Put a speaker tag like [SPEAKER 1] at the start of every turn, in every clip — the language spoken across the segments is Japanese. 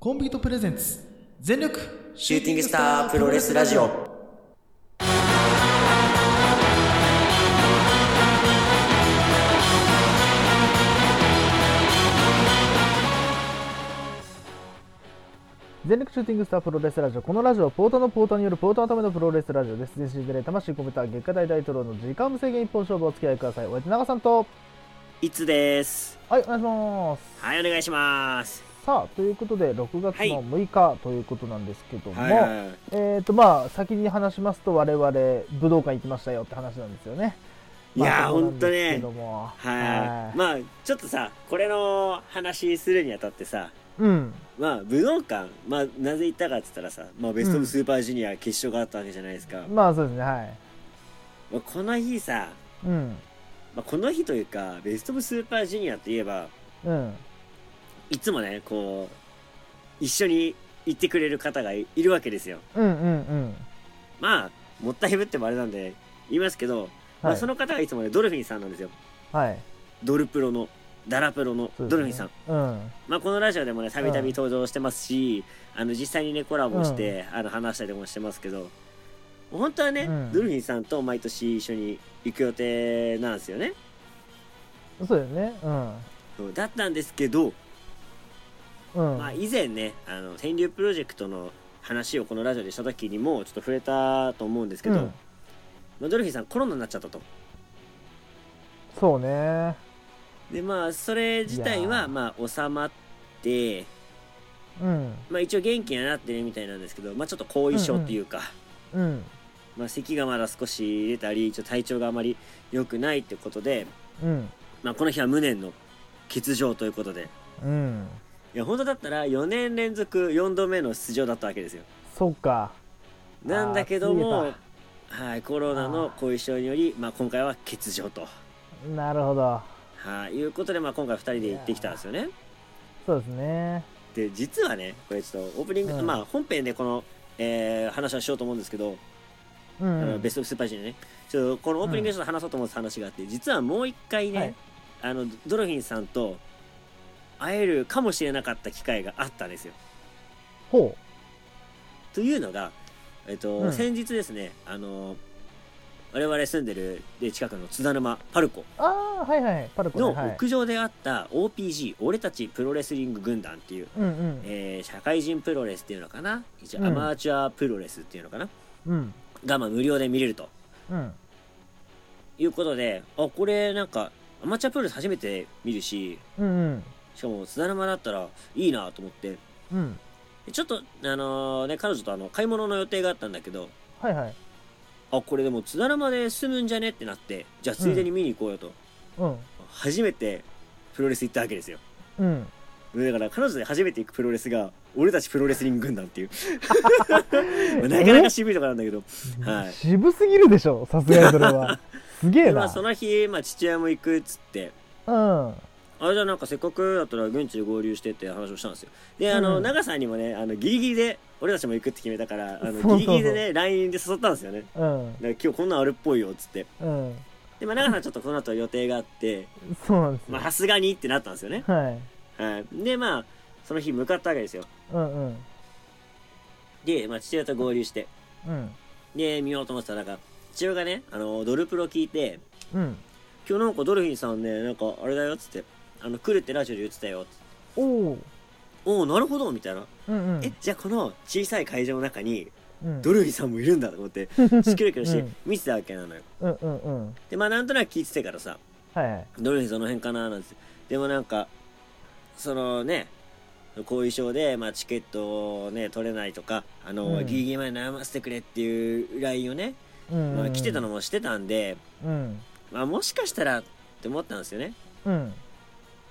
[SPEAKER 1] コンビートプレゼンツ全力
[SPEAKER 2] シューティングスタープロレスラジオ。
[SPEAKER 3] 全力シューティングスタープロレスラジオ。このラジオはポーターのポーターによるポーターのためのプロレスラジオです。全身で魂込めた月下大大統領の時間無制限一本勝負お付き合いください。お相手長さんと。
[SPEAKER 2] いつです。
[SPEAKER 3] はい、お願いします。
[SPEAKER 2] はい、お願いします。
[SPEAKER 3] さあ、ということで、6月
[SPEAKER 2] はい
[SPEAKER 3] の6日ということなんですけども、
[SPEAKER 2] はいはいはい。
[SPEAKER 3] えっ、と、まあ、先に話しますと、我々、武道館行きましたよって話なんですよね。
[SPEAKER 2] いやー、
[SPEAKER 3] そう
[SPEAKER 2] ほ
[SPEAKER 3] なんん
[SPEAKER 2] と
[SPEAKER 3] ですけ
[SPEAKER 2] ね
[SPEAKER 3] ど。も
[SPEAKER 2] は
[SPEAKER 3] はい
[SPEAKER 2] い。まあ、ちょっとさ、これの話するにあたってさ、
[SPEAKER 3] うん。
[SPEAKER 2] まあ、武道館、まあ、なぜ行ったかって言ったらさ、まあ、ベストオブスーパージュニア決勝があったわけじゃないですか。ま
[SPEAKER 3] まあ、そうですね、はい。
[SPEAKER 2] あこの日さ、
[SPEAKER 3] うん。
[SPEAKER 2] まあ、この日というか、ベストオブスーパージュニアといえば、
[SPEAKER 3] うん。
[SPEAKER 2] いつもね、こう、一緒に行ってくれる方がいいるわけですよ。
[SPEAKER 3] うんうんうん。
[SPEAKER 2] まあ、もったいぶってもあれなんで、言いますけど、ま
[SPEAKER 3] は
[SPEAKER 2] あ、
[SPEAKER 3] い
[SPEAKER 2] そ。の方がいつもね、ドルフィンさんなんですよ。
[SPEAKER 3] はい。
[SPEAKER 2] ドルプロの、ダラプロの
[SPEAKER 3] そうですね
[SPEAKER 2] ドルフィンさん。
[SPEAKER 3] うん。
[SPEAKER 2] まあ、このラジオでもね、たびたび登場してますし、あの、実際にね、コラボして、あの、話したりもしてますけど、本当はね、
[SPEAKER 3] うん
[SPEAKER 2] ドルフィンさんと毎年一緒に行く予定なんですよね。
[SPEAKER 3] そうですね。うん。
[SPEAKER 2] そうだったんですけど、
[SPEAKER 3] うん。
[SPEAKER 2] まあ、以前ね、あの、天竜プロジェクトの話をこのラジオでした時にも、ちょっと触れたと思うんですけど、
[SPEAKER 3] うん
[SPEAKER 2] まあ、ドルフィンさんコロナになっちゃったと。
[SPEAKER 3] そうね。
[SPEAKER 2] で、まあ、それ自体
[SPEAKER 3] いや
[SPEAKER 2] は、
[SPEAKER 3] ー
[SPEAKER 2] まあ、収まって、
[SPEAKER 3] うん。
[SPEAKER 2] まあ一応元気にはなってるみたいなんですけど、まあちょっと後遺症っていうか、
[SPEAKER 3] うん。
[SPEAKER 2] まあ咳がまだ少し出たり、ちょっと体調があまり良くないってことで、
[SPEAKER 3] うん。
[SPEAKER 2] まあこの日は無念の欠場ということで、
[SPEAKER 3] うん。
[SPEAKER 2] いや本当だったら4年連続4度目の出場だったわけですよ。
[SPEAKER 3] そうか。
[SPEAKER 2] なんだけど
[SPEAKER 3] あー
[SPEAKER 2] も
[SPEAKER 3] つい、
[SPEAKER 2] はい、コロナの後遺症により、まあ今回は欠場と。
[SPEAKER 3] えたなるほど。
[SPEAKER 2] はい、いうことで、まあ今回2人で行ってきたんですよね。
[SPEAKER 3] そうですね。
[SPEAKER 2] で、実はね、これちょっとオープニング、
[SPEAKER 3] うん
[SPEAKER 2] まあ本編でこの、えー話はしようと思うんですけど、
[SPEAKER 3] う
[SPEAKER 2] あ
[SPEAKER 3] ん。
[SPEAKER 2] のベストオブスーパージュニアねちょっとこのオープニングでちょっと話そうと思ってた話があって、実はもう一回ね、
[SPEAKER 3] はい
[SPEAKER 2] あのドルフィンさんと会えるかもしれなかった機会があったんですよ。
[SPEAKER 3] ほ
[SPEAKER 2] というのが、えっと
[SPEAKER 3] うん
[SPEAKER 2] 先日ですねあの我々住んでるで近くの津田沼パルコ
[SPEAKER 3] う。ああ、はいはい。パルコね。
[SPEAKER 2] の
[SPEAKER 3] はい。
[SPEAKER 2] 屋上であった OPG、俺たちプロレスリング軍団っていう、
[SPEAKER 3] うんうん。
[SPEAKER 2] えー社会人プロレスっていうのかな一応
[SPEAKER 3] うん
[SPEAKER 2] アマチュアプロレスっていうのかな、
[SPEAKER 3] うん。
[SPEAKER 2] がまあ無料で見れると
[SPEAKER 3] うん。
[SPEAKER 2] いうことであこれなんかアマチュアプロレス初めて見るし
[SPEAKER 3] うんうん。
[SPEAKER 2] しかも津田沼だったらいいなと思って
[SPEAKER 3] うん。
[SPEAKER 2] でちょっとあのね彼女とあの買い物の予定があったんだけど
[SPEAKER 3] はいはい。
[SPEAKER 2] あこれでも津田沼で済むんじゃねってなってじゃあついでに見に行こうよと、
[SPEAKER 3] うん。
[SPEAKER 2] 初めてプロレス行ったわけですよ
[SPEAKER 3] うん。
[SPEAKER 2] でだから彼女で初めて行くプロレスが俺たちプロレスリング軍 団っていうまあなかなか渋いとこなんだけどはい
[SPEAKER 3] 渋すぎるでしょ。さすがにそれ は。すげえ
[SPEAKER 2] でま
[SPEAKER 3] な。
[SPEAKER 2] あその日、まあ、父親も行くっつって
[SPEAKER 3] うん。
[SPEAKER 2] あれじゃあなんかせっかくだったら現地で合流してって話をしたんですよであの、
[SPEAKER 3] うん
[SPEAKER 2] 長さんにもねあのギリギリで俺たちも行くって決めたからあの
[SPEAKER 3] そうそうそう
[SPEAKER 2] ギリギリでね LINE で誘ったんですよねだか
[SPEAKER 3] うん。
[SPEAKER 2] ら今日こんなんあるっぽいよっつって
[SPEAKER 3] うん。
[SPEAKER 2] で、まあ、長さんちょっとこの後予定があって
[SPEAKER 3] そうなんです
[SPEAKER 2] まあ
[SPEAKER 3] よ。
[SPEAKER 2] さすがにってなったんですよね、
[SPEAKER 3] はい。
[SPEAKER 2] はい、でまあその日向かったわけですよ
[SPEAKER 3] うんうん。
[SPEAKER 2] で、まあ、父親と合流して
[SPEAKER 3] うん。
[SPEAKER 2] で見ようと思ってたらなんか父親がねあのドルプロ聞いて
[SPEAKER 3] うん。
[SPEAKER 2] 今日なんかドルフィンさんねなんかあれだよっつってあの来るってラジオで言ってたよっつって
[SPEAKER 3] おお。
[SPEAKER 2] おおなるほどみたいな
[SPEAKER 3] うんうん
[SPEAKER 2] え。じゃあこの小さい会場の中に
[SPEAKER 3] うん
[SPEAKER 2] ドルフィンさんもいるんだと思ってしキロキロして
[SPEAKER 3] うん
[SPEAKER 2] 見てたわけなのよ、
[SPEAKER 3] うんうんうん。
[SPEAKER 2] でまあなんとなく聞いてたからさ
[SPEAKER 3] はいはい。
[SPEAKER 2] ドルフィンその辺かななんてでもなんかそのね後遺症で、まあ、チケットをね取れないとかあの、
[SPEAKER 3] うん
[SPEAKER 2] ギリギリまで悩ませてくれっていう LINE をね、
[SPEAKER 3] うん。
[SPEAKER 2] まあ、来てたの。もしてたんで、
[SPEAKER 3] うん。
[SPEAKER 2] まあ、もしかしたらって思ったんですよね
[SPEAKER 3] うん。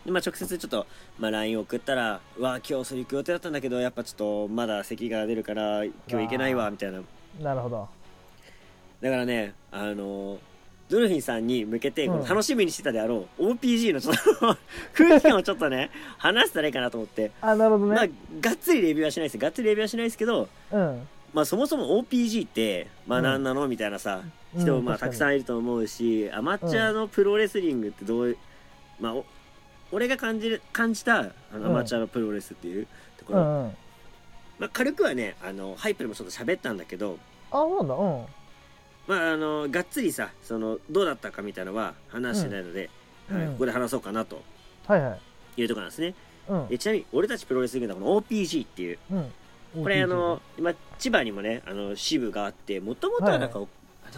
[SPEAKER 2] で、まあ、直接ちょっと、まあ、LINE 送ったら「うわ今日それ行く予定だったんだけどやっぱちょっとまだ咳が出るから今日行けないわ」みたいな
[SPEAKER 3] なるほど。
[SPEAKER 2] だからね、あのードルフィンさんに向けて、こ
[SPEAKER 3] う
[SPEAKER 2] の
[SPEAKER 3] ん
[SPEAKER 2] 楽しみにしてたであろう、OPG のちょっと 空気感をちょっと ね、話したらいいかなと思って、
[SPEAKER 3] あ、なるほどね。
[SPEAKER 2] まあ、がっつりレビューはしないです。がっつりレビューはしないですけど、
[SPEAKER 3] うん。
[SPEAKER 2] まあ、そもそも OPG って、まあ、
[SPEAKER 3] うん
[SPEAKER 2] 何なのみたいなさ、
[SPEAKER 3] うん
[SPEAKER 2] 人もまあ、た
[SPEAKER 3] 確かに
[SPEAKER 2] くさんいると思うし、アマチュアのプロレスリングってどういう、まあ、お俺が感じる、感じた、あの、
[SPEAKER 3] うん
[SPEAKER 2] アマチュアのプロレスっていうとこ
[SPEAKER 3] う
[SPEAKER 2] ろ、
[SPEAKER 3] んうん。
[SPEAKER 2] まあ、軽くはねあのハイプでもちょっと喋ったんだけど、
[SPEAKER 3] あそうなんだうん
[SPEAKER 2] まあ、あのがっつりさそのどうだったかみたいなのは話してないので、
[SPEAKER 3] うん
[SPEAKER 2] はい
[SPEAKER 3] うん
[SPEAKER 2] ここで話そうかなと
[SPEAKER 3] はいはい
[SPEAKER 2] いうところなんですね、
[SPEAKER 3] うん
[SPEAKER 2] でちなみに俺たちプロレスリングのこの OPG っていう
[SPEAKER 3] うん
[SPEAKER 2] これ
[SPEAKER 3] OPG
[SPEAKER 2] あの今千葉にもねあの支部があってもともとはなんか、ど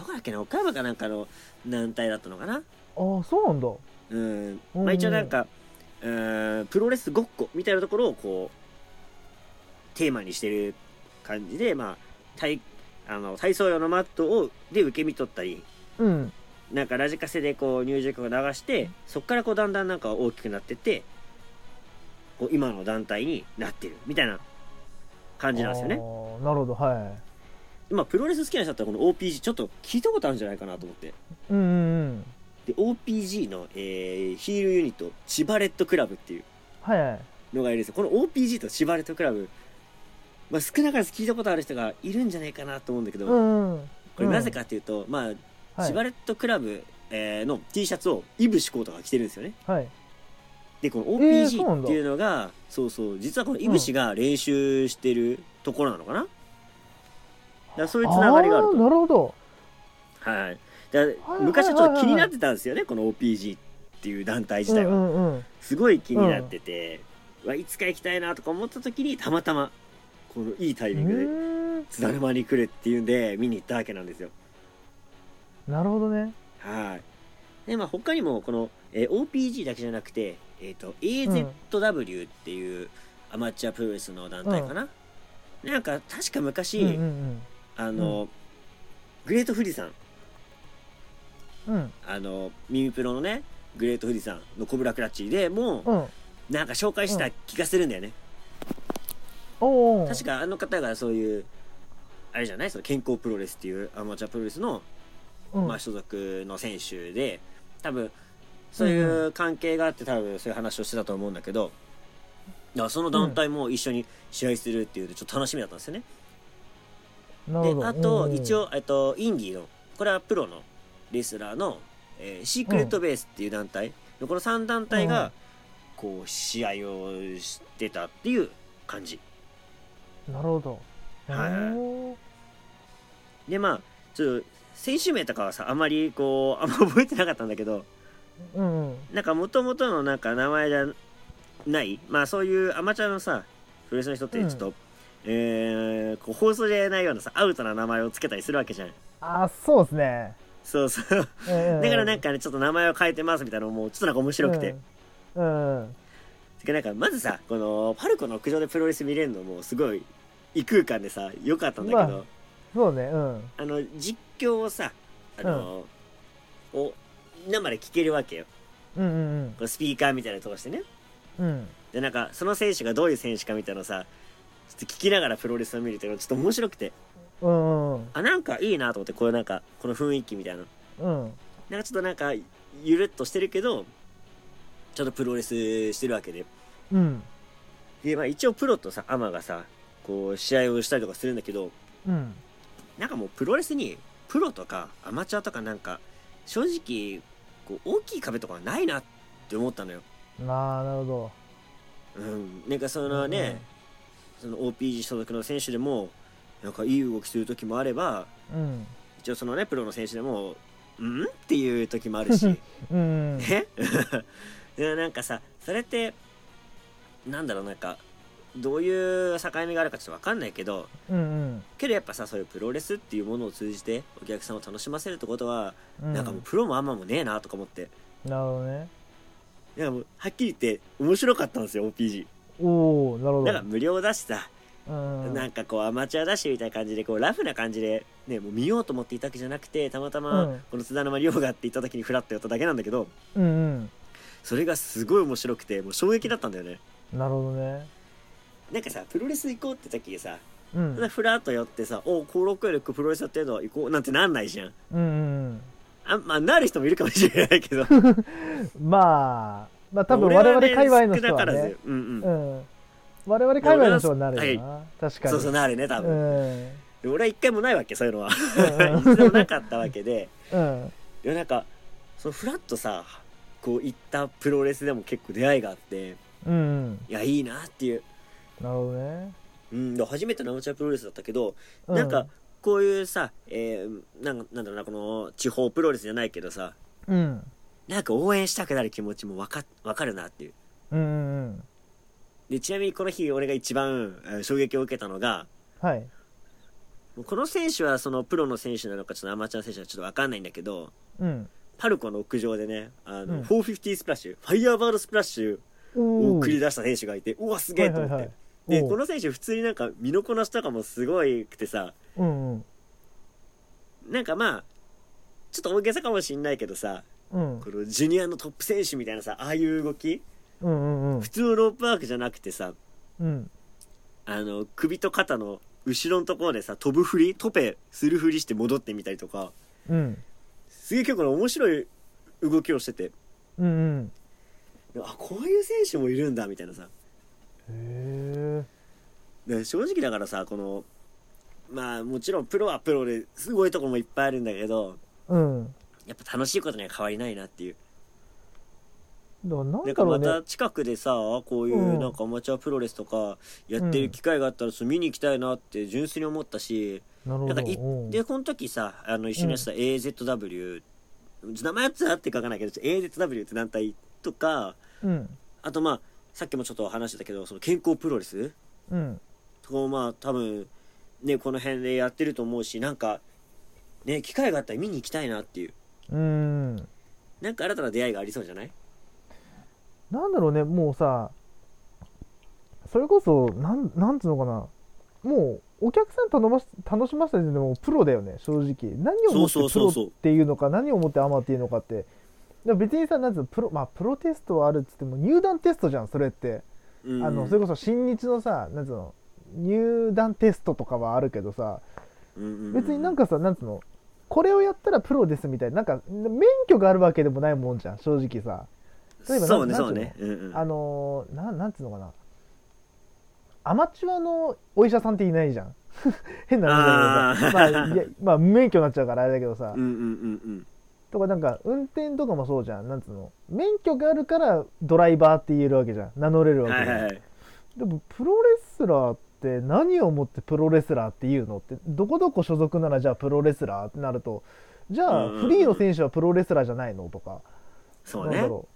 [SPEAKER 2] こだっけな岡山かなんかの団体だったのかな
[SPEAKER 3] あそうなんだ
[SPEAKER 2] うん、
[SPEAKER 3] うん
[SPEAKER 2] まあ、一応なんか、うん、プロレスごっこみたいなところをこうテーマにしてる感じで、まあ、体あの体操用のマットをで受け身取ったり
[SPEAKER 3] うん
[SPEAKER 2] なんかラジカセでこう入場曲を流してそこからこうだんだんなんか大きくなってってこう今の団体になってるみたいな感じなんですよ
[SPEAKER 3] あ
[SPEAKER 2] ね。
[SPEAKER 3] ーなるほどは
[SPEAKER 2] まあ、プロレス好きな人だったらこの OPG ちょっと聞いたことあるんじゃないかなと思って。
[SPEAKER 3] いうんうんうん
[SPEAKER 2] で OPG の、えーヒールユニット千葉レッドクラブっていう
[SPEAKER 3] はいはい
[SPEAKER 2] のがいるんですよこの OPG と千葉レッドクラブ、まあ、少なからず聞いたことある人がいるんじゃないかなと思うんだけど、
[SPEAKER 3] う
[SPEAKER 2] こ
[SPEAKER 3] んうん
[SPEAKER 2] れなぜかっていうと、まあ、
[SPEAKER 3] はい
[SPEAKER 2] 千葉レッドクラブ、えーの T シャツをイブシコートが着てるんですよね
[SPEAKER 3] はい
[SPEAKER 2] でこの
[SPEAKER 3] えーそうなん
[SPEAKER 2] OPG っ
[SPEAKER 3] だ
[SPEAKER 2] ていうのが、そうそう実はこのイブシが練習してるところなのかな、だからそういうつながりがある
[SPEAKER 3] あー
[SPEAKER 2] と
[SPEAKER 3] なるほど
[SPEAKER 2] はいだから昔はちょっと気になってたんですよねこの OPG っていう団体自体は、
[SPEAKER 3] うんうんうん
[SPEAKER 2] すごい気になってて、うわいつか行きたいなとか思った時にたまたまこのいいタイミングで
[SPEAKER 3] うーん
[SPEAKER 2] 津田沼に来るっていうんで見に行ったわけなんですよ。
[SPEAKER 3] なるほどね
[SPEAKER 2] はいでまあ他にもこの、えー OPG だけじゃなくて、えー、と AZW っていうアマチュアプロレスの団体かな、なんか確か昔、
[SPEAKER 3] うんうん
[SPEAKER 2] あの、グレート富士山
[SPEAKER 3] うんうん
[SPEAKER 2] あのミミプロのねグレート富士山のコブラクラッチでも
[SPEAKER 3] うん
[SPEAKER 2] なんか紹介した気がするんだよね、
[SPEAKER 3] おお
[SPEAKER 2] 確かあの方がそういうあれじゃないその健康プロレスっていうアマチュアプロレスの、
[SPEAKER 3] うん
[SPEAKER 2] まあ、所属の選手で多分そういう関係があって多分そういう話をしてたと思うんだけどだからその団体も一緒に試合するっていうのでちょっと楽しみだったんですよね。
[SPEAKER 3] なるほ
[SPEAKER 2] で
[SPEAKER 3] ど
[SPEAKER 2] あ
[SPEAKER 3] う
[SPEAKER 2] と
[SPEAKER 3] ん
[SPEAKER 2] 一応、えっと、インディーのこれはプロのレスラーの、えーシークレットベースっていう団体のこの3団体
[SPEAKER 3] うん
[SPEAKER 2] がこう試合をしてたっていう感じ。
[SPEAKER 3] なるほど
[SPEAKER 2] はい
[SPEAKER 3] おー
[SPEAKER 2] でまあちょっと選手名とかはさあまりこうあんま覚えてなかったんだけど
[SPEAKER 3] うんうん
[SPEAKER 2] なんか元々のなんか名前じゃないまあそういうアマチュアのさプロレスの人ってちょっと、えーこう放送じゃないようなさアウトな名前をつけたりするわけじゃん
[SPEAKER 3] あーそうですね
[SPEAKER 2] そうそう
[SPEAKER 3] だ
[SPEAKER 2] だからなんかねちょっと名前を変えてますみたいなのもちょっとなんか面白くて、
[SPEAKER 3] うん、うん
[SPEAKER 2] てかなんかまずさこのパルコの屋上でプロレス見れるのもすごい異空間でさ良かったんだけど、
[SPEAKER 3] まあそうねうん
[SPEAKER 2] あの実況をさあの、を生で聞けるわけよ
[SPEAKER 3] うんうん
[SPEAKER 2] こうスピーカーみたいなの通してね
[SPEAKER 3] うんうん
[SPEAKER 2] でなんかその選手がどういう選手かみたいなのさちょっと聞きながらプロレスを見るっていうのがちょっと面白くて
[SPEAKER 3] うんうん
[SPEAKER 2] あなんかいいなと思ってこういうなんかこの雰囲気みたいな
[SPEAKER 3] うん
[SPEAKER 2] なんかちょっとなんかゆるっとしてるけどちょっとプロレスしてるわけで
[SPEAKER 3] うん
[SPEAKER 2] で、まあ、一応プロとさアマがさこう試合をしたりとかするんだけど
[SPEAKER 3] うん
[SPEAKER 2] なんかもうプロレスにプロとかアマチュアとかなんか正直こう大きい壁とかはないなって思ったのよ。
[SPEAKER 3] なあなるほど
[SPEAKER 2] うん、なんかそのね、その OPG 所属の選手でもなんかいい動きする時もあれば
[SPEAKER 3] うん
[SPEAKER 2] 一応そのねプロの選手でもうんっていう時もあるし
[SPEAKER 3] うん
[SPEAKER 2] ね でなんかさそれってなんだろうなんかどういう境目があるかちょっとわかんないけど
[SPEAKER 3] うん
[SPEAKER 2] けどやっぱさそういうプロレスっていうものを通じてお客さんを楽しませるってことは、
[SPEAKER 3] うん
[SPEAKER 2] なんかもうプロもあんまもねえなとか思って
[SPEAKER 3] なるほどね
[SPEAKER 2] いやもうはっきり言って面白かったんですよ OPG
[SPEAKER 3] おおなるほど
[SPEAKER 2] だから無料だしさ
[SPEAKER 3] うん
[SPEAKER 2] なんかこうアマチュアだしみたいな感じでこうラフな感じで、ね、もう見ようと思っていたわけじゃなくてたまた
[SPEAKER 3] う
[SPEAKER 2] ま
[SPEAKER 3] ん
[SPEAKER 2] この津田沼亮がって言った時にフラッとやっただけなんだけど
[SPEAKER 3] うんうん
[SPEAKER 2] それがすごい面白くてもう衝撃だったんだよね
[SPEAKER 3] なるほどね
[SPEAKER 2] なんかさプロレス行こうって時にさ
[SPEAKER 3] う
[SPEAKER 2] た
[SPEAKER 3] ん
[SPEAKER 2] だフラッと寄ってさ「おうロッよりプロレスやってるの行こう」なんてなんないじゃん
[SPEAKER 3] うんうん
[SPEAKER 2] あまあなる人もいるかもしれないけど
[SPEAKER 3] うんまあまあ多分
[SPEAKER 2] 俺
[SPEAKER 3] 我
[SPEAKER 2] はね
[SPEAKER 3] 々界隈の人は
[SPEAKER 2] 少なから
[SPEAKER 3] ね
[SPEAKER 2] ずうんうん、
[SPEAKER 3] うん我々界隈の人はなるよな、確かに
[SPEAKER 2] そうそうなるね多
[SPEAKER 3] う
[SPEAKER 2] 分、
[SPEAKER 3] ん
[SPEAKER 2] で俺は一回もないわけそういうのは
[SPEAKER 3] うん
[SPEAKER 2] いつでもなかったわけで
[SPEAKER 3] うん
[SPEAKER 2] でもなんかそのフラッとさこう行ったプロレスでも結構出会いがあって
[SPEAKER 3] うんうん
[SPEAKER 2] いやいいなっていう
[SPEAKER 3] なるほどね
[SPEAKER 2] うん、だから初めてのアマチュアプロレスだったけど、
[SPEAKER 3] うん
[SPEAKER 2] なんかこういうさ、えーなんなんだろうなこの地方プロレスじゃないけどさ
[SPEAKER 3] うん
[SPEAKER 2] なんか応援したくなる気持ちもわかわかるなっていう
[SPEAKER 3] うんうんうん
[SPEAKER 2] でちなみにこの日俺が一番えー衝撃を受けたのが
[SPEAKER 3] はい
[SPEAKER 2] この選手はそのプロの選手なのかちょっとアマチュアの選手なのかちょっとわかんないんだけど
[SPEAKER 3] うん
[SPEAKER 2] パルコの屋上でねあの、
[SPEAKER 3] うん
[SPEAKER 2] 450スプラッシュファイヤーバードスプラッシュを
[SPEAKER 3] お
[SPEAKER 2] 繰り出した選手がいてうわすげえと思って、
[SPEAKER 3] はいはいはい
[SPEAKER 2] で
[SPEAKER 3] おう
[SPEAKER 2] この選手普通になんか身のこなしとかもすごいくてさ
[SPEAKER 3] うんうん
[SPEAKER 2] なんかまあちょっと大げさかもしんないけどさ
[SPEAKER 3] うん
[SPEAKER 2] このジュニアのトップ選手みたいなさああいう動き
[SPEAKER 3] うんうんうん
[SPEAKER 2] 普通のロープワークじゃなくてさ
[SPEAKER 3] うん
[SPEAKER 2] あの首と肩の後ろのところでさ飛ぶ振りトペする振りして戻ってみたりとか
[SPEAKER 3] うん
[SPEAKER 2] すげえ結構ね面白い動きをしてて
[SPEAKER 3] うんうん
[SPEAKER 2] あこういう選手もいるんだみたいなさ
[SPEAKER 3] へ
[SPEAKER 2] で正直だからさこのまあもちろんプロはプロですごいところもいっぱいあるんだけど
[SPEAKER 3] えうん
[SPEAKER 2] やっぱ楽しいことには変わりないなっていう
[SPEAKER 3] だからなん
[SPEAKER 2] なん
[SPEAKER 3] だ
[SPEAKER 2] か
[SPEAKER 3] ろう
[SPEAKER 2] ま
[SPEAKER 3] ね
[SPEAKER 2] た近くでさこういう
[SPEAKER 3] うん
[SPEAKER 2] なんかアマチュアプロレスとかやってる機会があったらちょっと見に行きたいなって純粋に思ったし、
[SPEAKER 3] なるほ
[SPEAKER 2] なん
[SPEAKER 3] ど
[SPEAKER 2] かい
[SPEAKER 3] うん
[SPEAKER 2] でこの時さあの一緒にやってた AZW、名前つあって書かないけどちょっと AZW って団体とか
[SPEAKER 3] うん
[SPEAKER 2] あとまあさっきもちょっと話してたけどその健康プロレス
[SPEAKER 3] うん
[SPEAKER 2] とかもまあ多分ねこの辺でやってると思うしなんかね機会があったら見に行きたいなっていう
[SPEAKER 3] うん
[SPEAKER 2] なんか新たな出会いがありそうじゃない
[SPEAKER 3] なんだろうねもうさそれこそなんなんつうのかなもうお客さん頼まし楽しませた時点でもうプロだよね正直何をもって
[SPEAKER 2] そう
[SPEAKER 3] プ
[SPEAKER 2] そ
[SPEAKER 3] ロ
[SPEAKER 2] うそうそう
[SPEAKER 3] っていうのか何をもってアマっていうのかってでも別にさなんつうのプロまあプロテストはあるっつっても入団テストじゃんそれって、
[SPEAKER 2] うん
[SPEAKER 3] あのそれこそ新日のさなんつうの入団テストとかはあるけどさ別になん
[SPEAKER 2] か
[SPEAKER 3] かさなんつうのこれをやったらプロですみたいななんか免許があるわけでもないもんじゃん正直さ例えばなん
[SPEAKER 2] そうね
[SPEAKER 3] なん
[SPEAKER 2] そう
[SPEAKER 3] ていうの
[SPEAKER 2] ねうんうん
[SPEAKER 3] あのーななんつうのかなアマチュアのお医者さんっていないじゃん 変な話だけどさ
[SPEAKER 2] あー
[SPEAKER 3] まあいやまあ、無免許になっちゃうからあれだけどさ、
[SPEAKER 2] うんうんうんうん
[SPEAKER 3] とかなんか運転とかもそうじゃんなんつうの免許があるからドライバーって言えるわけじゃん名乗れるわけじゃ
[SPEAKER 2] は
[SPEAKER 3] ん、
[SPEAKER 2] いはいはい
[SPEAKER 3] でもプロレスラーって何をもってプロレスラーっていうのってどこどこ所属ならじゃあプロレスラーってなるとじゃ
[SPEAKER 2] うんうんう
[SPEAKER 3] あ
[SPEAKER 2] ん
[SPEAKER 3] フリーの選手はプロレスラーじゃないのとか
[SPEAKER 2] そう
[SPEAKER 3] なん
[SPEAKER 2] ね
[SPEAKER 3] だろ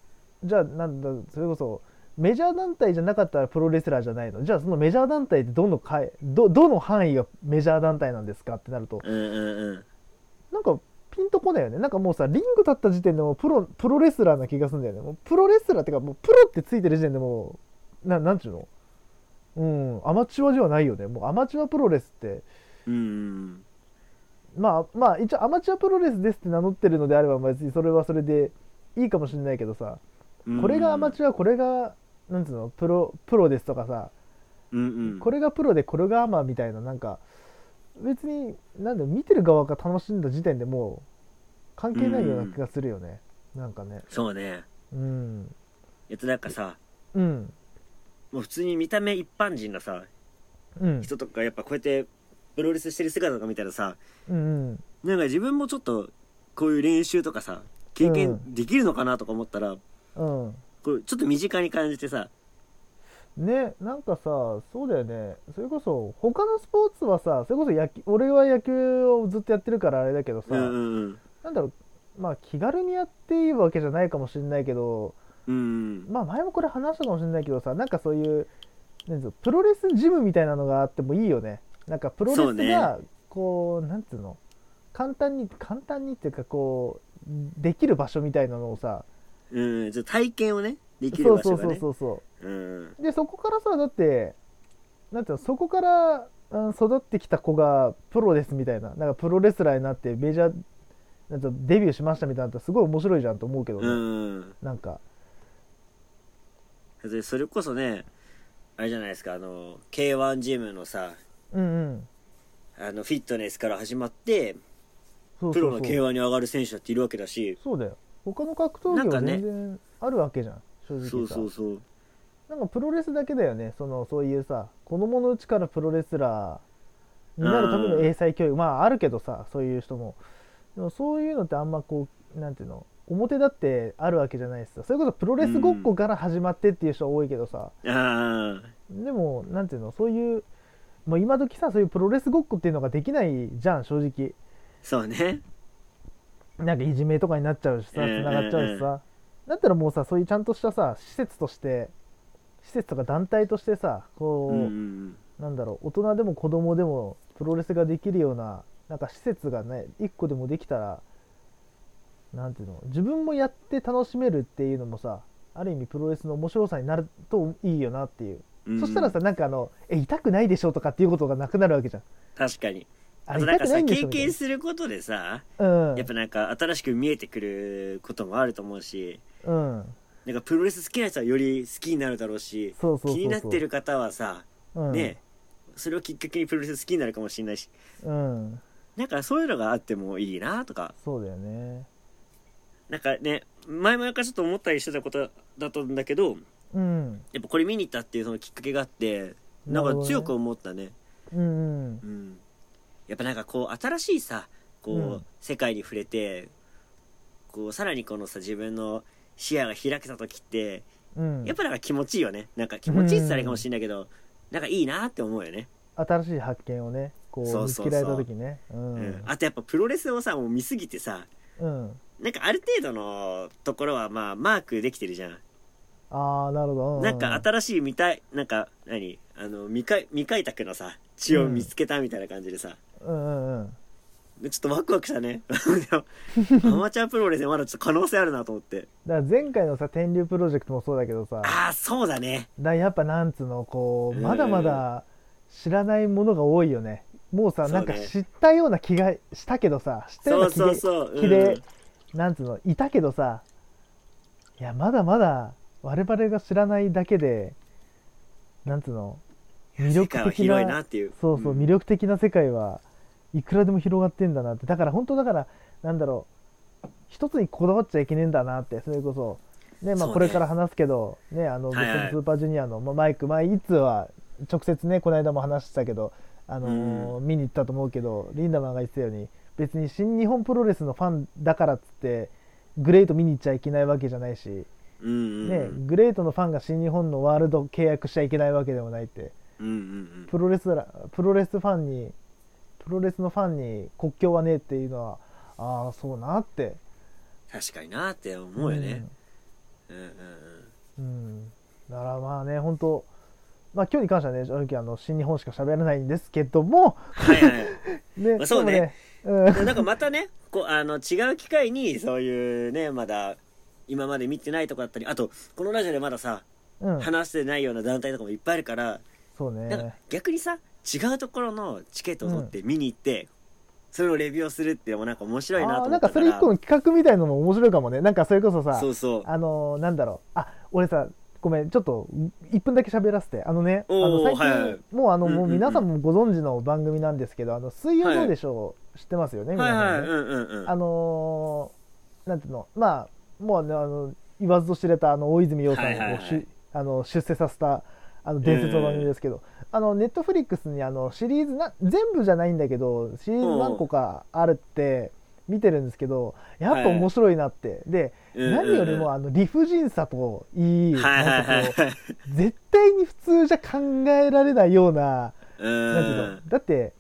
[SPEAKER 3] うじゃあなんだそれこそメジャー団体じゃなかったらプロレスラーじゃないのじゃあそのメジャー団体ってどのかいどどの範囲がメジャー団体なんですかってなると
[SPEAKER 2] うんうんうん
[SPEAKER 3] なんかピンとこないよねなんかもうさリング立った時点でもうプロプロレスラーな気がするんだよねもうプロレスラーってかもうプロってついてる時点でもうななんちゅうのうんアマチュアではないよねもうアマチュアプロレスって
[SPEAKER 2] うんうん
[SPEAKER 3] まあまあ一応アマチュアプロレスですって名乗ってるのであれば別にそれはそれでいいかもしれないけどさ
[SPEAKER 2] うん
[SPEAKER 3] これがアマチュアこれがなんつうのプロプロですとかさ
[SPEAKER 2] うんうん
[SPEAKER 3] これがプロでこれがアマみたいななんか別になんだ見てる側が楽しんだ時点でもう関係ないような気がするよね、なんかね
[SPEAKER 2] そうね
[SPEAKER 3] うん
[SPEAKER 2] えっとなんかさ
[SPEAKER 3] うん
[SPEAKER 2] もう普通に見た目一般人のさ
[SPEAKER 3] うん
[SPEAKER 2] 人とかやっぱこうやってプロレスしてる姿とか見たらさ
[SPEAKER 3] うんうん
[SPEAKER 2] なんか自分もちょっとこういう練習とかさ経
[SPEAKER 3] う
[SPEAKER 2] 験
[SPEAKER 3] ん
[SPEAKER 2] できるのかなとか思ったら、
[SPEAKER 3] うん
[SPEAKER 2] こうちょっと身近に感じてさ
[SPEAKER 3] ねなんかさそうだよねそれこそ他のスポーツはさそれこそ野球俺は野球をずっとやってるからあれだけどさ、
[SPEAKER 2] うんうんうん
[SPEAKER 3] なんだろうまあ気軽にやっていいわけじゃないかもしれないけど
[SPEAKER 2] うんうん
[SPEAKER 3] まあ前もこれ話したかもしれないけどさなんかそういうなんつうのプロレスジムみたいなのがあってもいいよねなんかプロレ
[SPEAKER 2] そう
[SPEAKER 3] ス
[SPEAKER 2] ね
[SPEAKER 3] がこうなんつうの簡単に簡単にっていうかこうできる場所みたいなのをさ
[SPEAKER 2] うんうんちょっと体験をねできる
[SPEAKER 3] そ
[SPEAKER 2] 場
[SPEAKER 3] うそ
[SPEAKER 2] 所
[SPEAKER 3] う
[SPEAKER 2] が
[SPEAKER 3] そう
[SPEAKER 2] ね
[SPEAKER 3] そうそ
[SPEAKER 2] うん
[SPEAKER 3] うでそこからさだってなんていうのそこから、うん、育ってきた子がプロですみたいななんかプロレスラーになってメジャーなんていうのデビューしましたみたいなのってすごい面白いじゃんと思うけどね、
[SPEAKER 2] うん
[SPEAKER 3] なんか
[SPEAKER 2] うんでそれこそねあれじゃないですかあの K1 ジムのさ
[SPEAKER 3] うんうん
[SPEAKER 2] あのフィットネスから始まって
[SPEAKER 3] そうそうそう
[SPEAKER 2] プロの K1 に上がる選手だっているわけだし
[SPEAKER 3] そうだよ他の格闘
[SPEAKER 2] なん
[SPEAKER 3] 技
[SPEAKER 2] か
[SPEAKER 3] は
[SPEAKER 2] ね
[SPEAKER 3] 全然あるわけじゃん、正直さ
[SPEAKER 2] そうそうそう
[SPEAKER 3] なんかプロレスだけだよねそのそういうさ子供のうちからプロレスラーになるための
[SPEAKER 2] うん
[SPEAKER 3] 英才教育まああるけどさそういう人もでもそういうのってあんまこうなんていうの表だってあるわけじゃないしさそれこそプロレスごっこから始まってっていう人は多いけどさ、
[SPEAKER 2] ああ
[SPEAKER 3] でもなんていうのそういうもう今時さそういうプロレスごっこっていうのができないじゃん正直
[SPEAKER 2] そうね
[SPEAKER 3] なんかいじめとかになっちゃうしさつ
[SPEAKER 2] うんうんうん
[SPEAKER 3] ながっちゃうしさだったらもうさそういうちゃんとしたさ施設として施設とか団体としてさこう、
[SPEAKER 2] うんうんうん
[SPEAKER 3] なんだろう大人でも子供でもプロレスができるようななんか施設がね一個でもできたらなんていうの自分もやって楽しめるっていうのもさある意味プロレスの面白さになるといいよなっていう、
[SPEAKER 2] うんうん
[SPEAKER 3] そしたらさなんかあの「え痛くないでしょ」とかっていうことがなくなるわけじゃん
[SPEAKER 2] 確かに
[SPEAKER 3] あ
[SPEAKER 2] あ
[SPEAKER 3] れ
[SPEAKER 2] となん
[SPEAKER 3] 痛
[SPEAKER 2] か
[SPEAKER 3] くな
[SPEAKER 2] さ
[SPEAKER 3] いんでし
[SPEAKER 2] 経
[SPEAKER 3] ょみたい
[SPEAKER 2] 験することでさ
[SPEAKER 3] なうん
[SPEAKER 2] やっぱなんか新しく見えてくることもあると思うし
[SPEAKER 3] うん
[SPEAKER 2] なんかプロレス好きな人はより好きになるだろうし
[SPEAKER 3] そうそうそうそう
[SPEAKER 2] 気になってる方はさ
[SPEAKER 3] うん
[SPEAKER 2] ねそれをきっかけにプロレス好きになるかもしれないし
[SPEAKER 3] うん
[SPEAKER 2] なんかそういうのがあってもいいなとか
[SPEAKER 3] そうだよね
[SPEAKER 2] なんかね前々からちょっと思ったりしてたことだったんだけど
[SPEAKER 3] うん
[SPEAKER 2] やっぱこれ見に行ったっていうそのきっかけがあってな
[SPEAKER 3] なる
[SPEAKER 2] ん
[SPEAKER 3] ほど
[SPEAKER 2] か
[SPEAKER 3] ね
[SPEAKER 2] 強く思ったね
[SPEAKER 3] うんうん
[SPEAKER 2] うん、やっぱなんかこう新しいさこう、
[SPEAKER 3] うん
[SPEAKER 2] 世界に触れてこうさらにこのさ自分の視野が開けた時って
[SPEAKER 3] うん
[SPEAKER 2] やっぱなんか気持ちいいよねなんか気持ちいいって言ったらいいかもしれないけど、なんかいいなって思うよね、
[SPEAKER 3] 新しい発見をねこ
[SPEAKER 2] そうう
[SPEAKER 3] 見つ
[SPEAKER 2] そうそう
[SPEAKER 3] けられた時ねう
[SPEAKER 2] うん
[SPEAKER 3] ん
[SPEAKER 2] あとやっぱプロレスをさもう見すぎてさ
[SPEAKER 3] うん
[SPEAKER 2] なんかある程度のところはまあマークできてるじゃん、
[SPEAKER 3] ああなるほどう
[SPEAKER 2] なんか新しい見たいなんか何あの未開未開拓のさ地を見つけたみたいな感じでさ、
[SPEAKER 3] うんうんうん
[SPEAKER 2] でちょっとワクワクしたね でもアマチュアプロレスまだちょっと可能性あるなと思って
[SPEAKER 3] だから前回のさ天竜プロジェクトもそうだけどさだか
[SPEAKER 2] ああそうだね
[SPEAKER 3] らやっぱなんつうのこう
[SPEAKER 2] うん
[SPEAKER 3] まだまだ知らないものが多いよねもうさ
[SPEAKER 2] そう
[SPEAKER 3] な
[SPEAKER 2] ね
[SPEAKER 3] んか知ったような気がしたけどさ知ったよう
[SPEAKER 2] そ
[SPEAKER 3] な
[SPEAKER 2] う
[SPEAKER 3] 気
[SPEAKER 2] そ
[SPEAKER 3] が
[SPEAKER 2] うそう、
[SPEAKER 3] 気
[SPEAKER 2] うん
[SPEAKER 3] で、なんつうのいたけどさいやまだまだ我々が知らないだけでなんつうの魅
[SPEAKER 2] 世界は
[SPEAKER 3] 力的
[SPEAKER 2] 広い
[SPEAKER 3] な
[SPEAKER 2] なっていう
[SPEAKER 3] そうそう、
[SPEAKER 2] ん
[SPEAKER 3] 魅力的な世界はいくらでも広がってんだなってだから本当だからなんだろう一つにこだわっちゃいけねえんだなってそれこそ、ね
[SPEAKER 2] そ
[SPEAKER 3] まあ、
[SPEAKER 2] うね
[SPEAKER 3] これから話すけど、ねあの
[SPEAKER 2] はいはい
[SPEAKER 3] 僕のスーパージュニアの、まあ、マイク、まあ、いつは直接ねこの間も話してたけど、あのー見に行ったと思うけどリンダマンが言ってたように別に新日本プロレスのファンだからっつってグレート見に行っちゃいけないわけじゃないし、ね
[SPEAKER 2] うんうんうん
[SPEAKER 3] グレートのファンが新日本のワールド契約しちゃいけないわけでもないって。
[SPEAKER 2] うんうん
[SPEAKER 3] プロレスラープロレスファンにプロレスのファンに国境はねえっていうのはああそうなって
[SPEAKER 2] 確かになって思うよね、うん、うんうん
[SPEAKER 3] うん、うんだからまあね本当まあ今日に関してはね正直あの新日本しか喋らないんですけども
[SPEAKER 2] はいはい
[SPEAKER 3] ね、
[SPEAKER 2] まあそうね
[SPEAKER 3] でもね
[SPEAKER 2] でもなんかまたねこうあの違う機会にそういうねまだ今まで見てないとこだったりあとこのラジオでまださ
[SPEAKER 3] うん、うん、
[SPEAKER 2] 話してないような団体とかもいっぱいあるから、
[SPEAKER 3] そう
[SPEAKER 2] なん
[SPEAKER 3] ね
[SPEAKER 2] か逆にさ違うところのチケットを取って見に行って、それをレビューをするっていうのもなんか面白いな
[SPEAKER 3] あ
[SPEAKER 2] と
[SPEAKER 3] あ
[SPEAKER 2] 思
[SPEAKER 3] なん
[SPEAKER 2] った
[SPEAKER 3] か
[SPEAKER 2] か
[SPEAKER 3] そ
[SPEAKER 2] ら
[SPEAKER 3] れ一個の企画みたいのも面白いかもねなんかそれこそさ
[SPEAKER 2] そうそう
[SPEAKER 3] あのーなんだろうあ俺さごめんちょっと1分だけ喋らせてあのねあの
[SPEAKER 2] お
[SPEAKER 3] 最
[SPEAKER 2] ー
[SPEAKER 3] 近、
[SPEAKER 2] はいはい
[SPEAKER 3] もうあの、
[SPEAKER 2] うんうんうん
[SPEAKER 3] もう皆さんもご存知の番組なんですけど「あの水曜どうでしょう」知ってますよね皆
[SPEAKER 2] はいは
[SPEAKER 3] さ
[SPEAKER 2] い
[SPEAKER 3] んね、
[SPEAKER 2] うんうんうん
[SPEAKER 3] あのーなんていうのまあもうねあの言わずと知れたあの大泉洋さんを
[SPEAKER 2] はいはいはい
[SPEAKER 3] しゅあの出世させたあの伝説の番組ですけど、あのネットフリックスにあのシリーズな全部じゃないんだけどシリーズ何個かあるって見てるんですけどやっぱ面白いなって、で
[SPEAKER 2] うんうんうん
[SPEAKER 3] 何よりもあの理不尽さといい、
[SPEAKER 2] はいはい
[SPEAKER 3] な
[SPEAKER 2] は
[SPEAKER 3] ん
[SPEAKER 2] い
[SPEAKER 3] かこう絶対に普通じゃ考えられないような
[SPEAKER 2] う
[SPEAKER 3] なんていうの
[SPEAKER 2] ん
[SPEAKER 3] だって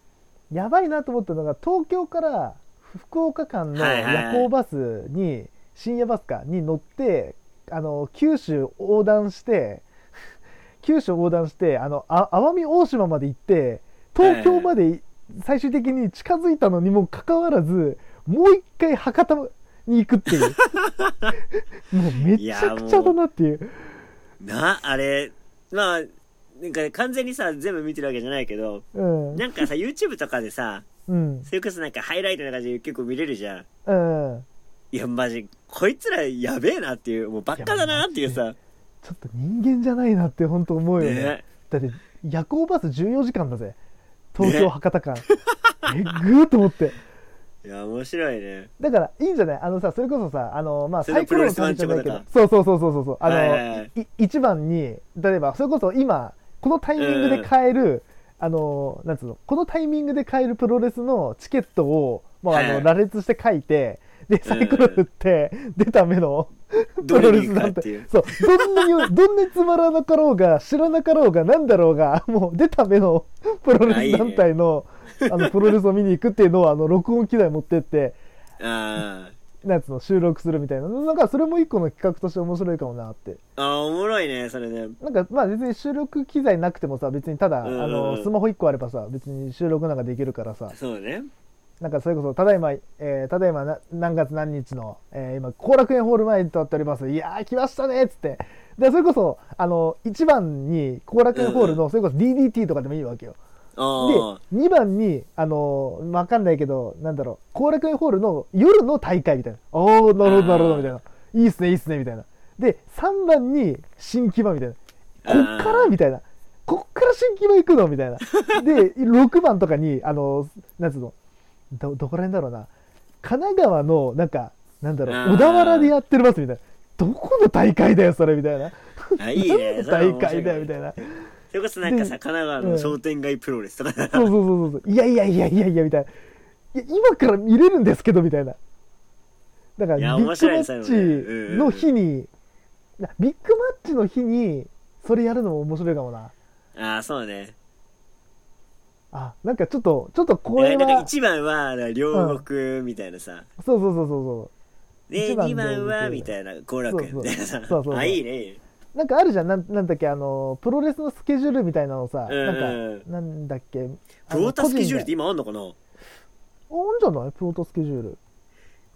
[SPEAKER 3] やばいなと思ったのが東京から福岡間の
[SPEAKER 2] はいはいはい
[SPEAKER 3] 夜行バスに深夜バスかに乗ってあの九州横断して 九州横断してあのあ奄美大島まで行って東京まで最終的に近づいたのにもかかわらずもう一回博多に行くっていう もうめちゃくちゃだなっていう
[SPEAKER 2] なあれまあなんか完全にさ全部見てるわけじゃないけど
[SPEAKER 3] うん
[SPEAKER 2] なんかさ YouTube とかでさ
[SPEAKER 3] うん
[SPEAKER 2] それこそなんかハイライトな感じで結構見れるじゃん
[SPEAKER 3] うん
[SPEAKER 2] いやマジこいつらやべえなっていうもうばっかだなっていうさ
[SPEAKER 3] ちょっと人間じゃないなって本当思うよね
[SPEAKER 2] ね
[SPEAKER 3] だって夜行バス14時間だぜ東
[SPEAKER 2] ね
[SPEAKER 3] 京博 多間、えぐーっと思って
[SPEAKER 2] いや面白 いね
[SPEAKER 3] だからいいんじゃないあのさそれこそさあのまあ
[SPEAKER 2] それ
[SPEAKER 3] サ
[SPEAKER 2] が
[SPEAKER 3] イ
[SPEAKER 2] プ
[SPEAKER 3] コ
[SPEAKER 2] ロ
[SPEAKER 3] ロ
[SPEAKER 2] レ
[SPEAKER 3] の
[SPEAKER 2] スワン
[SPEAKER 3] 感じ
[SPEAKER 2] チ
[SPEAKER 3] じ
[SPEAKER 2] ョ
[SPEAKER 3] ゃな
[SPEAKER 2] コ
[SPEAKER 3] い
[SPEAKER 2] だ
[SPEAKER 3] け
[SPEAKER 2] か
[SPEAKER 3] ど
[SPEAKER 2] ら
[SPEAKER 3] そうそうそうそうそうそうあの、
[SPEAKER 2] はい
[SPEAKER 3] い
[SPEAKER 2] はいはい
[SPEAKER 3] 1番に例えばそれこそ今このタイミングで買える、あのなんつうのこのタイミングで買えるプロレスのチケットを、まあ、あ
[SPEAKER 2] はいは
[SPEAKER 3] の
[SPEAKER 2] い
[SPEAKER 3] 羅列して書いてでサイコロ振って出た目の
[SPEAKER 2] どれに行くかっていう。
[SPEAKER 3] そうどんなにどんなにつまらなかろうが知らなかろうがなんだろうがもう出た目のプロレス団体 のあのプロレスを見に行くっていうのをあの録音機材持ってって
[SPEAKER 2] あー
[SPEAKER 3] なんつうの収録するみたいななんかそれも一個の企画として面白いかもなって
[SPEAKER 2] あー、おもろいね、それね。
[SPEAKER 3] なんかまあ別に収録機材なくてもさ別にただあ
[SPEAKER 2] うんうんうん
[SPEAKER 3] のスマホ1個あればさ別に収録なんかできるからさ
[SPEAKER 2] そうね。
[SPEAKER 3] なんかそれこそただいま、えーただいまな何月何日の、えー今後楽園ホール前に立っておりますいやー来ましたねっつってでそれこそあの1番に後楽園ホールの、それこそ DDT とかでもいいわけよで
[SPEAKER 2] ああ。
[SPEAKER 3] 2番にあのわかんないけどなんだろう後楽園ホールの夜の大会みたいなおおなるほどなるほどみたいないいっすねいいっすねみたいなで3番に新木場みたいなこっからみたいな。こっから新規場行くのみた いな。で、6番とかに、あの、なんつうの、ど、どこら辺だろうな。神奈川の、なんか、なんだ
[SPEAKER 2] あ
[SPEAKER 3] ろ
[SPEAKER 2] ー
[SPEAKER 3] う、小田原でやってるますみたいな。どこの大会だよ、それみたいな。
[SPEAKER 2] あ、いいね。そ
[SPEAKER 3] 何
[SPEAKER 2] れは
[SPEAKER 3] の大
[SPEAKER 2] 面白
[SPEAKER 3] 会だよ、みたい
[SPEAKER 2] な。
[SPEAKER 3] な。
[SPEAKER 2] それこそなんかさ、
[SPEAKER 3] で
[SPEAKER 2] 神奈川の商店街プロレスとかだ
[SPEAKER 3] そうそうそうそうそう。いやいやいやいやいや、みたいな。いや今から見れるんですけど、みたいな。だから、
[SPEAKER 2] い
[SPEAKER 3] ビ
[SPEAKER 2] や
[SPEAKER 3] ッグマ
[SPEAKER 2] 面白いですよ
[SPEAKER 3] ッ
[SPEAKER 2] ね
[SPEAKER 3] チの日に、なビッグマッチの日に、それやるのも面白いかもな。
[SPEAKER 2] な。ああ、そうね。
[SPEAKER 3] あ、なんかちょっと、ちょっとこ
[SPEAKER 2] え
[SPEAKER 3] れ
[SPEAKER 2] なんか
[SPEAKER 3] は、
[SPEAKER 2] 一番は、両国みたいなさ。
[SPEAKER 3] そうそうそうそうそ
[SPEAKER 2] で、
[SPEAKER 3] 一番
[SPEAKER 2] 二番は、
[SPEAKER 3] 両国
[SPEAKER 2] みたいな、後楽園みたいなさ
[SPEAKER 3] そうそうそ うそう。そう
[SPEAKER 2] あ、いいね、いいね。
[SPEAKER 3] うなんかあるじゃんなんなんだっけあのプロレスのスケジュールみたいなのさ、
[SPEAKER 2] うん
[SPEAKER 3] なんかなんだっけ
[SPEAKER 2] プロタスケジュールって
[SPEAKER 3] いい
[SPEAKER 2] 今あんのかな
[SPEAKER 3] あんじゃないプロタスケジュール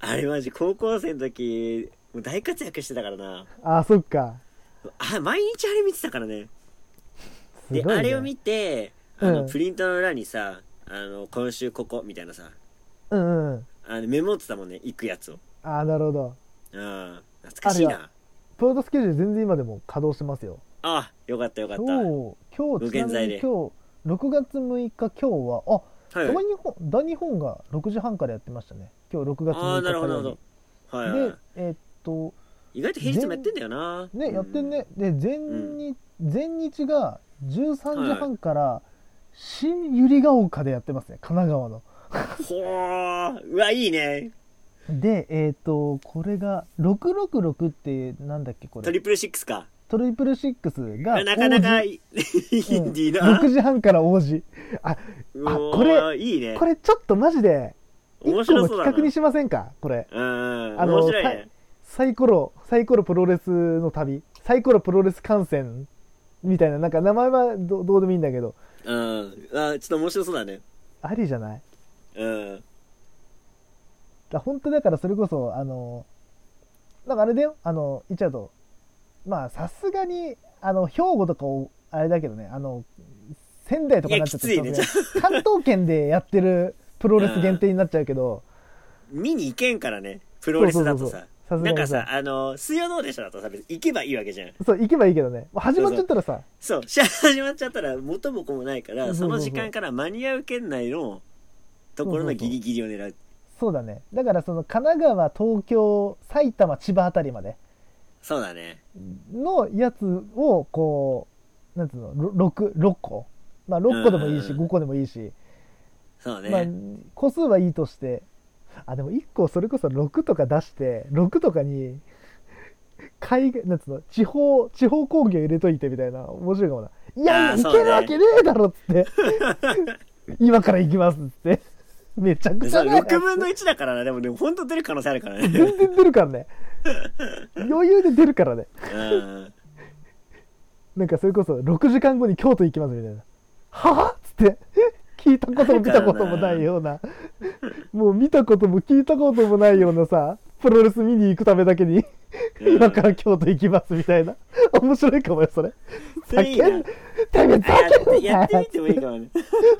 [SPEAKER 2] あれマジ、高校生の時、もう大活躍してたからな。
[SPEAKER 3] あそっか
[SPEAKER 2] あ、毎日あれ見てたからね。
[SPEAKER 3] すごい、
[SPEAKER 2] で、
[SPEAKER 3] ね、
[SPEAKER 2] あれを見て、あ
[SPEAKER 3] う
[SPEAKER 2] の、
[SPEAKER 3] ん
[SPEAKER 2] プリントの裏にさ、あの、今週ここ、みたいなさ、
[SPEAKER 3] うんうん
[SPEAKER 2] あの、メモってたもんね、行くやつを。
[SPEAKER 3] あなるほど
[SPEAKER 2] うん。懐かしい
[SPEAKER 3] あれ
[SPEAKER 2] な。
[SPEAKER 3] プロタスケジュール全然今でも稼働してますよ
[SPEAKER 2] あよかったよかった。
[SPEAKER 3] 今日今日
[SPEAKER 2] 無
[SPEAKER 3] ちな
[SPEAKER 2] 限
[SPEAKER 3] み
[SPEAKER 2] 在
[SPEAKER 3] に
[SPEAKER 2] で
[SPEAKER 3] 今日6月6日今日はあ
[SPEAKER 2] は
[SPEAKER 3] 大。日
[SPEAKER 2] い
[SPEAKER 3] 本大日本が6時半からやってましたね今日6月
[SPEAKER 2] あ
[SPEAKER 3] 6
[SPEAKER 2] あ、
[SPEAKER 3] 日
[SPEAKER 2] なるほ
[SPEAKER 3] 火曜
[SPEAKER 2] ど、なるほ
[SPEAKER 3] 日
[SPEAKER 2] ど。はいは
[SPEAKER 3] でえーっと
[SPEAKER 2] い。意外と平日もやってんだよな。
[SPEAKER 3] ね、
[SPEAKER 2] うん
[SPEAKER 3] やってん。ねで前日、前日が13時半から新百合ヶ丘でやってますね神奈川の
[SPEAKER 2] ほー。うわ、いいね。
[SPEAKER 3] でえっ、とこれが666ってなんだっけこ
[SPEAKER 2] ト
[SPEAKER 3] れ
[SPEAKER 2] リプルシックスか。
[SPEAKER 3] トリプルシックスが
[SPEAKER 2] なかな
[SPEAKER 3] 王
[SPEAKER 2] か、
[SPEAKER 3] 子
[SPEAKER 2] いインディーな
[SPEAKER 3] 6。時半から王子あ
[SPEAKER 2] うおー
[SPEAKER 3] こ
[SPEAKER 2] いいね。
[SPEAKER 3] これちょっとマジで
[SPEAKER 2] 面
[SPEAKER 3] 1個
[SPEAKER 2] 白
[SPEAKER 3] の
[SPEAKER 2] そう
[SPEAKER 3] 企
[SPEAKER 2] だな。
[SPEAKER 3] 画にしませんかこれ
[SPEAKER 2] うん。
[SPEAKER 3] あの
[SPEAKER 2] 面白い
[SPEAKER 3] さ
[SPEAKER 2] ね。
[SPEAKER 3] サイコロサイコロプロレスの旅サイコロプロレス観戦みたいななんか名前はどどうでもいいんだけど
[SPEAKER 2] うん。あ、ちょっと面白そうだね。
[SPEAKER 3] ありじゃない
[SPEAKER 2] うん。
[SPEAKER 3] だ本当だからそれこそあのなんかあれだよあの言っちゃうとまあさすがにあの兵庫とかをあれだけどねあの仙台とかになっちゃって
[SPEAKER 2] いやきつい
[SPEAKER 3] さ
[SPEAKER 2] ね
[SPEAKER 3] すがに関東圏でやってるプロレス限定になっちゃうけど、
[SPEAKER 2] 見に行けんからね。プロレスだと
[SPEAKER 3] そう
[SPEAKER 2] さ。
[SPEAKER 3] そうそうそうさすがに
[SPEAKER 2] なんか
[SPEAKER 3] さ
[SPEAKER 2] さ、あの、水曜どうでしょだとさ、別に行けばいいわけじゃん。
[SPEAKER 3] そう行けばいいけどねもう始まっちゃったらさ
[SPEAKER 2] そう、試合始まっちゃったら元も子もないから、
[SPEAKER 3] そう
[SPEAKER 2] そ
[SPEAKER 3] そうそ
[SPEAKER 2] の
[SPEAKER 3] う
[SPEAKER 2] 時間から間に合う圏内のところのギリギリを狙う。
[SPEAKER 3] そうだねだからその神奈川東京埼玉千葉あたりまで
[SPEAKER 2] そうだね。
[SPEAKER 3] のやつをこうなんつうの 6, 6個まあ6個でもいいし
[SPEAKER 2] うん
[SPEAKER 3] 5個でもいいし、
[SPEAKER 2] そう
[SPEAKER 3] まあ
[SPEAKER 2] ね。、
[SPEAKER 3] 個数はいいとしてあでも1個それこそ6とか出して6とかに海外なんつうの地方地方工業入れといてみたいな面白いかもない
[SPEAKER 2] あ
[SPEAKER 3] や
[SPEAKER 2] ー
[SPEAKER 3] い
[SPEAKER 2] そ
[SPEAKER 3] やい
[SPEAKER 2] うね
[SPEAKER 3] けるわけねえだろっつって 今から行きますっつってめちゃくち
[SPEAKER 2] そ
[SPEAKER 3] ゃ
[SPEAKER 2] う、
[SPEAKER 3] だよ
[SPEAKER 2] 6分の1だからな。でも、でも本当出る可能性あるから ね。
[SPEAKER 3] 全然出るからね余裕で出るからね
[SPEAKER 2] うん。
[SPEAKER 3] なんかそれこそ6時間後に京都行きますみたいな「はあ?」っつって聞いたことも見たこともないようなもう見たことも聞いたこともないようなさプロレス見に行くためだけに
[SPEAKER 2] うん
[SPEAKER 3] 今から京都行きますみたいな面白いかもよそれ
[SPEAKER 2] それいいな
[SPEAKER 3] 叫んてめえ
[SPEAKER 2] あや
[SPEAKER 3] 叫ん
[SPEAKER 2] って
[SPEAKER 3] で
[SPEAKER 2] やってみてもいいかもね。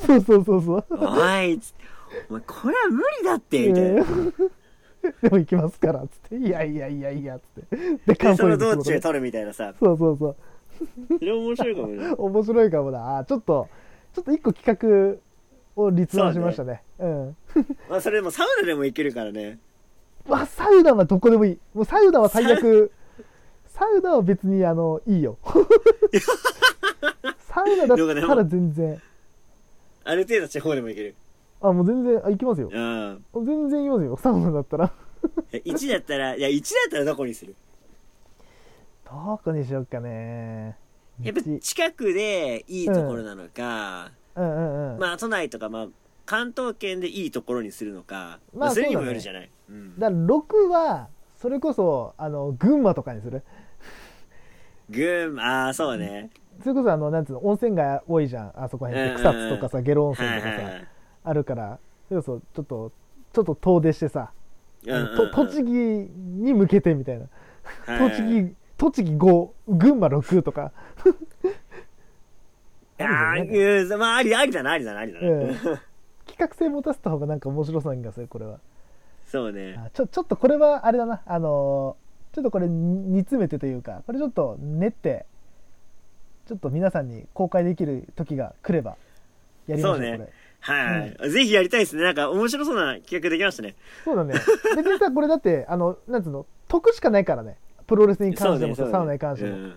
[SPEAKER 3] そうそうそうそう
[SPEAKER 2] おい、つお前、これは無理だって、
[SPEAKER 3] え
[SPEAKER 2] みたいな。
[SPEAKER 3] ーでも行きますからっつって「いやいやいやいや」っつってで
[SPEAKER 2] で、
[SPEAKER 3] 感
[SPEAKER 2] そ
[SPEAKER 3] 想
[SPEAKER 2] の
[SPEAKER 3] に行
[SPEAKER 2] 道
[SPEAKER 3] くこと
[SPEAKER 2] 中で
[SPEAKER 3] ね
[SPEAKER 2] 撮るみたいなさ。
[SPEAKER 3] そうそうそう
[SPEAKER 2] それ面白いかもね。
[SPEAKER 3] 面白いかもなあちょっとちょっと一個企画を立案しましたねうん
[SPEAKER 2] まあ、それでもサウナでもいけるからね。
[SPEAKER 3] まあサウナはどこでもいいもうサウナは最悪サウナは別にあのいい よサウナだ
[SPEAKER 2] ど
[SPEAKER 3] っ
[SPEAKER 2] こで
[SPEAKER 3] たら
[SPEAKER 2] も
[SPEAKER 3] 全然
[SPEAKER 2] ある程度地方でもいける。
[SPEAKER 3] あもう全然あ行きますよ
[SPEAKER 2] うん。
[SPEAKER 3] 全然行きますよサウナだったら
[SPEAKER 2] え1だったらいや1だったらどこにする
[SPEAKER 3] どこにしよっかね
[SPEAKER 2] やっぱ
[SPEAKER 3] 一
[SPEAKER 2] 近くでいいところなのか、
[SPEAKER 3] うんうんうん、
[SPEAKER 2] まあ都内とかまあ関東圏でいいところにするのか、
[SPEAKER 3] まあ
[SPEAKER 2] まあ、それにも
[SPEAKER 3] そうだね
[SPEAKER 2] よるじゃない、うん、
[SPEAKER 3] だから6はそれこそあの群馬とかにする
[SPEAKER 2] 群馬ああそうね
[SPEAKER 3] それこそあのなんつうの温泉街多いじゃんあそこ辺って草津とかさゲロ温泉
[SPEAKER 2] はいは
[SPEAKER 3] と
[SPEAKER 2] い
[SPEAKER 3] かさ、
[SPEAKER 2] はい
[SPEAKER 3] あるからそれこそちょっとちょっと遠出してさ、
[SPEAKER 2] うんうんうん
[SPEAKER 3] と栃木に向けてみたいな
[SPEAKER 2] はいはい
[SPEAKER 3] 栃木栃木5群馬6とか、
[SPEAKER 2] あ
[SPEAKER 3] あるじ
[SPEAKER 2] ーうんまあありありだなありだなありだな、
[SPEAKER 3] うん 企画性持たせた方がなんか面白さがするこれは
[SPEAKER 2] そうね
[SPEAKER 3] あちょちょっとこれはあれだなあのーちょっとこれ煮詰めてというかこれちょっと練ってちょっと皆さんに公開できる時が来ればやりましょう
[SPEAKER 2] そうね
[SPEAKER 3] これ
[SPEAKER 2] はい、ぜひやりたいですねなんか面白そうな企画できましたね
[SPEAKER 3] そうだね別にさこれだってあのなんつうの得しかないからねプロレスに関してもさ、
[SPEAKER 2] そうねそうね
[SPEAKER 3] サウナに関しても、
[SPEAKER 2] うん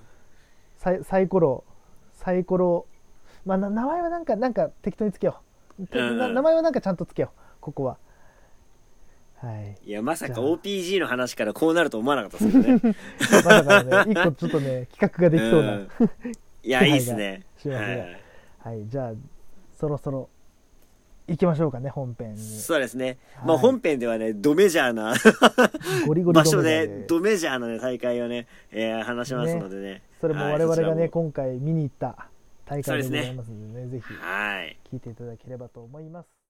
[SPEAKER 3] サイサイコロサイコロまあな名前はなんかなんか適当につけよう、て
[SPEAKER 2] うん
[SPEAKER 3] な名前はなんかちゃんとつけようここははい
[SPEAKER 2] いやまさ
[SPEAKER 3] じ
[SPEAKER 2] か
[SPEAKER 3] ゃあ
[SPEAKER 2] OPG の話からこうなると思わなかったですけどね
[SPEAKER 3] まだまだ ね一個ちょっとね企画が できそうな、
[SPEAKER 2] んい やいいですね
[SPEAKER 3] しますね
[SPEAKER 2] はい
[SPEAKER 3] はい、じゃあそろそろ行きましょうかね本編に
[SPEAKER 2] そうですね、
[SPEAKER 3] はい
[SPEAKER 2] まあ本編ではねドメジャーな
[SPEAKER 3] ゴリゴリ
[SPEAKER 2] 場所
[SPEAKER 3] ドム
[SPEAKER 2] で
[SPEAKER 3] ダム
[SPEAKER 2] ドメジャーな、ね、大会をね、えー話しますのでね
[SPEAKER 3] それも我々
[SPEAKER 2] は
[SPEAKER 3] が
[SPEAKER 2] い
[SPEAKER 3] ね、
[SPEAKER 2] そち
[SPEAKER 3] 今回見に行った大
[SPEAKER 2] そう
[SPEAKER 3] 会です
[SPEAKER 2] で
[SPEAKER 3] ご
[SPEAKER 2] ね
[SPEAKER 3] ざいますのでねぜ
[SPEAKER 2] らもはい
[SPEAKER 3] ひ聞いていただければと思います